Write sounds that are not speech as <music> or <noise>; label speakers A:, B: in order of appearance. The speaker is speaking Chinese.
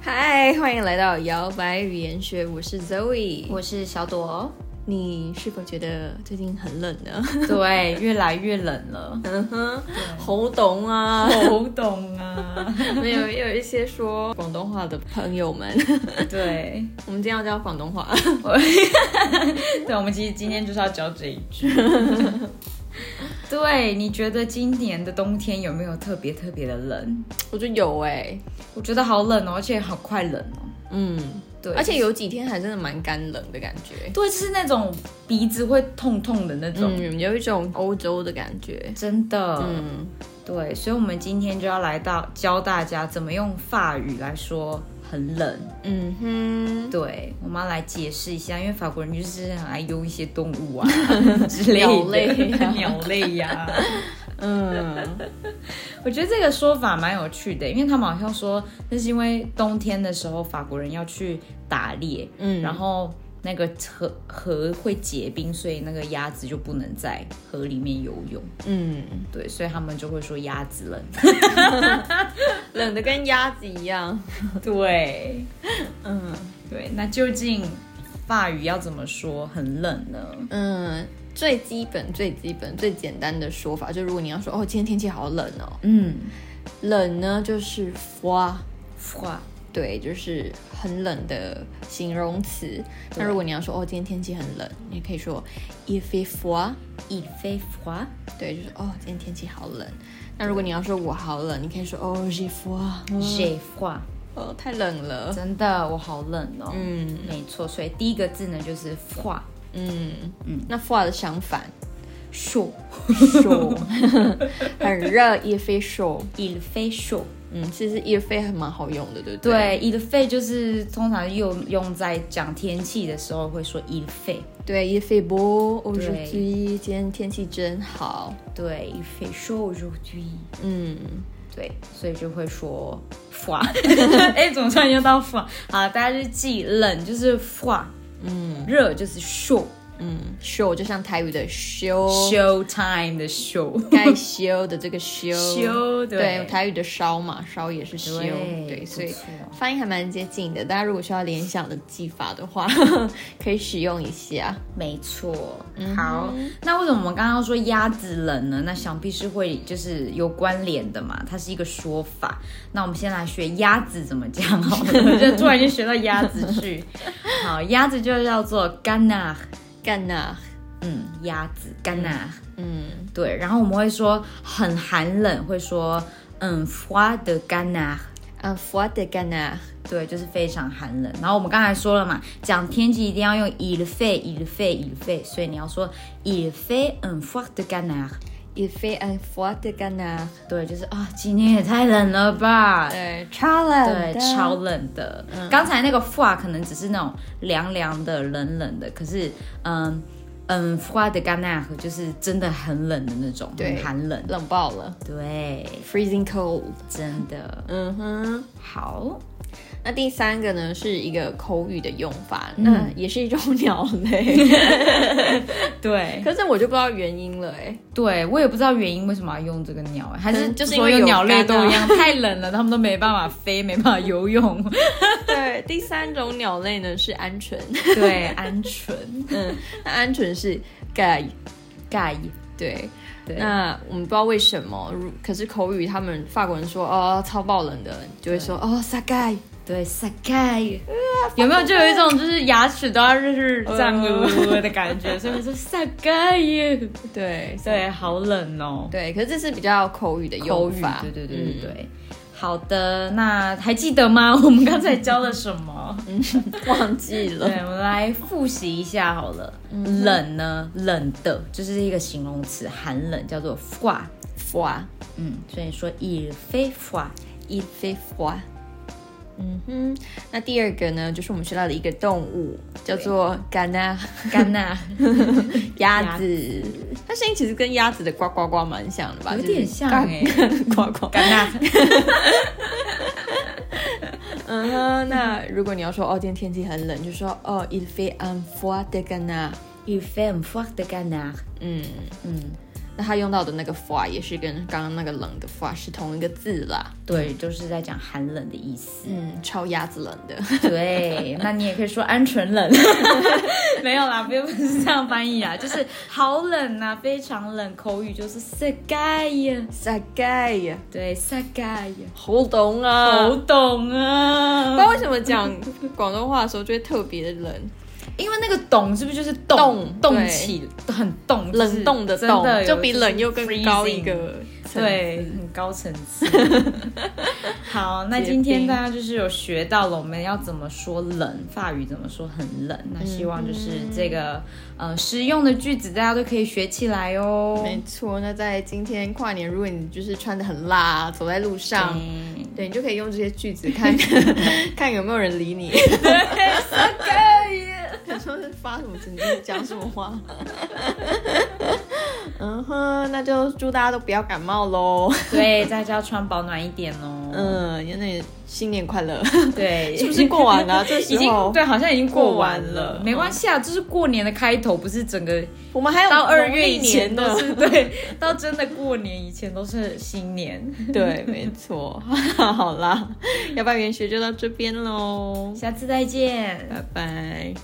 A: 嗨，欢迎来到摇摆语言学，我是 Zoe。
B: 我是小朵。
A: 你是否觉得最近很冷呢？
B: 对，越来越冷了，
A: 嗯哼， <laughs> 喉懂啊，
B: 好哦懂啊。
A: 没有，也有一些说广东话的朋友们，
B: <laughs> 对，
A: 我们今天要教广东话。
B: 对，我们其实今天就是要教这一句。 <laughs> 对，你觉得今年的冬天有没有特别特别的冷？
A: 我觉得有哎、
B: 我觉得好冷哦，而且好快冷哦。
A: 嗯，
B: 对，
A: 而且有几天还真的蛮干冷的感觉，
B: 对，就是那种鼻子会痛痛的那种，
A: 嗯，有一种欧洲的感觉。
B: 真的。
A: 嗯，
B: 对，所以我们今天就要来到教大家怎么用法语来说很冷。
A: 嗯哼，
B: 对，我们要来解释一下，因为法国人就是很爱用一些动物
A: <laughs>
B: 啊之类
A: 鸟
B: 的
A: 类呀
B: <laughs> 鸟类呀、
A: 嗯，
B: 我觉得这个说法蛮有趣的，因为他们好像说那是因为冬天的时候法国人要去打猎，
A: 嗯
B: 然后那个河河会结冰，所以那个鸭子就不能在河里面游泳。
A: 嗯，
B: 对，所以他们就会说鸭子冷。
A: 冷的跟鸭子一样。
B: <laughs> 对
A: 嗯
B: 对，那究竟法语要怎么说很冷呢？
A: 嗯，最基本、最基本、最简单的说法，就如果你要说哦，今天天气好冷哦，
B: 嗯，
A: 冷呢就是 froid，
B: 话
A: 对，就是很冷的形容词。那如果你要说哦，今天天气很冷，你可以说 il fait froid，
B: 一飞花。
A: 对，就是哦，今天天气好冷。那如果你要说我好冷，你可以说哦，j'ai froid，
B: j'ai froid，
A: 哦，太冷了。
B: 真的我好冷哦。
A: 嗯
B: 没错，所以第一个字呢就是 froid，
A: 嗯嗯，那 froid 的相反
B: chaud，
A: ，chaud，很热，il fait chaud。
B: il fait chaud。
A: 嗯，其实 il fait 还蛮好用的，对不对？
B: 对，il fait 就是通常用用在讲天气的时候会说 il fait，
A: 对，il fait beau aujourd'hui，今天天气真好。
B: 对，il fait chaud aujourd'hui，
A: 嗯，
B: 对，所以就会说 froid。哎， <laughs> 怎么突然用到 froid？好，大家就记冷就是 froid，嗯，热就是 chaud，show
A: 嗯，show 就像台语的修，
B: time 的 show。
A: 该修的这个修，
B: 修对
A: 对，台语的烧嘛，烧也是修，对，
B: 不
A: 所以
B: 错
A: 发音还蛮接近的。大家如果需要联想的技法的话， <laughs> 可以使用一下。
B: 没错，好，那为什么我们刚刚说鸭子冷呢？那想必是会就是有关联的嘛，它是一个说法。那我们先来学鸭子怎么讲好了，我就突然就学到鸭子去。好，鸭子就叫做 g a n a
A: 干呐，
B: 嗯，鸭子 g a n a
A: 嗯
B: 对，然后我们会说很寒冷，会说嗯 froid de g a n a
A: ，un froid de g a n a
B: 对，就是非常寒冷。然后我们刚才说了嘛，讲天气一定要用 il fait il fait il fait，所以你要说 il fait un froid de canard。
A: il fait un froid de g a n a
B: 对，就是啊、今天也太冷了吧。
A: 对，超冷，
B: 对，超。冷的。刚才那个 froid 可能只是那种凉凉的、冷冷的，可是嗯嗯，froid de canard 就是真的很冷的那种，
A: 对
B: 很寒冷。
A: 冷爆了
B: 对，
A: ，freezing cold。
B: 真的
A: 嗯哼，
B: 好。
A: 那第三个呢是一个口语的用法，那也是一种鸟 <laughs> 类，
B: 对，
A: 可是我就不知道原因了哎。
B: 对我也不知道原因为什么要用这个鸟，哎还
A: 可
B: 是
A: 能就是
B: 所
A: 因为有
B: 鸟类都
A: 干啊
B: 一样， <laughs> 太冷了，它们都没办法飞，没办法游泳。
A: 对，第三种鸟类呢是鹌鹑，
B: 对，鹌鹑、
A: 嗯， <laughs> 那鹌鹑是 gay，
B: 盖，
A: 对。
B: 对
A: 那我们不知道为什么，如可是口语他们法国人说哦超爆冷的，就会说哦撒盖，
B: 对，撒盖，有没有就有一种就是牙齿都要就是这样
A: 呃
B: 呜呜的感觉？所以我说撒盖耶，
A: 对
B: 对，好冷哦，
A: 对，可是这是比较口语的
B: 口
A: 用
B: 语
A: 法，，
B: 对对对对
A: 嗯
B: 对。好的，那还记得吗？ <laughs> 我们刚才教了什么？
A: 嗯忘记了
B: 对，，我们来复习一下好了。冷呢，冷的就是一个形容词，寒冷叫做 froid。
A: froid，
B: 嗯，所以说 il fait froid。
A: il fait froid。嗯哼，那第二个呢，就是我们学到的一个动物，叫做 gana
B: 干 <laughs> 呐，
A: 鸭子，它声音其实跟鸭子的呱呱呱蛮像的吧？
B: 有
A: 就是
B: 点像
A: 嘎
B: 欸
A: <laughs> 呱呱。
B: <laughs> 干呐，
A: 嗯哼，那如果你要说哦，今天天气很冷，就说哦，il fait un froid de gana。
B: il fait un froid de gana。
A: 嗯，
B: 嗯，
A: 那他用到的那个 far 也是跟刚刚那个冷的 far 是同一个字啦。
B: 对，就是在讲寒冷的意思。
A: 嗯，超鸭子冷
B: <laughs>
A: 的。
B: 对，那你也可以说鹌鹑冷， <laughs> 没有啦，不用是这样翻译啊，就是好冷啊，非常冷。口语就是 s a g a
A: 大概呀，
B: 对 s a g a
A: 好懂啊，
B: 好懂啊，
A: 不知道为什么讲广东话的时候就会特别的冷，
B: 因为那个懂是不是就是冻
A: 冻
B: 冻起很冻，就是
A: 冷冻的
B: 真的
A: 冻
B: 有，
A: 就比
B: 是
A: 冷又更高一
B: freezing
A: 个层。
B: 对，很高层次。
A: <laughs>
B: 好，那
A: 结
B: 今天
A: 冰
B: 大家就是有学到了我们要怎么说冷，法语怎么说很冷。那希望就是这个、呃实用的句子，大家都可以学起来哦。
A: 嗯没错，那在今天跨年，如果你就是穿的很辣，走在路上，
B: 嗯
A: 对你就可以用这些句子 <laughs> 看看有没有人理你。你说是发什么神经，讲什么话？ <laughs> 嗯哼，那就祝大家都不要感冒喽。
B: 对，大家要穿保暖一点哦。嗯，
A: 嗯，那也新年快乐， <laughs>
B: 对，
A: 是不是过完
B: <laughs>
A: 了、这时
B: 已经
A: 候
B: 对，好像已经过完
A: 过完
B: 了
A: 了，
B: 没关系啊，这是过年的开头，不是整个
A: 我们还有
B: <laughs> 到二
A: 农
B: 月
A: 历
B: 以前
A: 年
B: 都
A: 的。
B: 是对，到真的过年以前都是新年。
A: <laughs>
B: <laughs>
A: 对，没错。 <laughs> 好啦，要不然元学就到这边喽，
B: 下次再见。
A: 拜拜。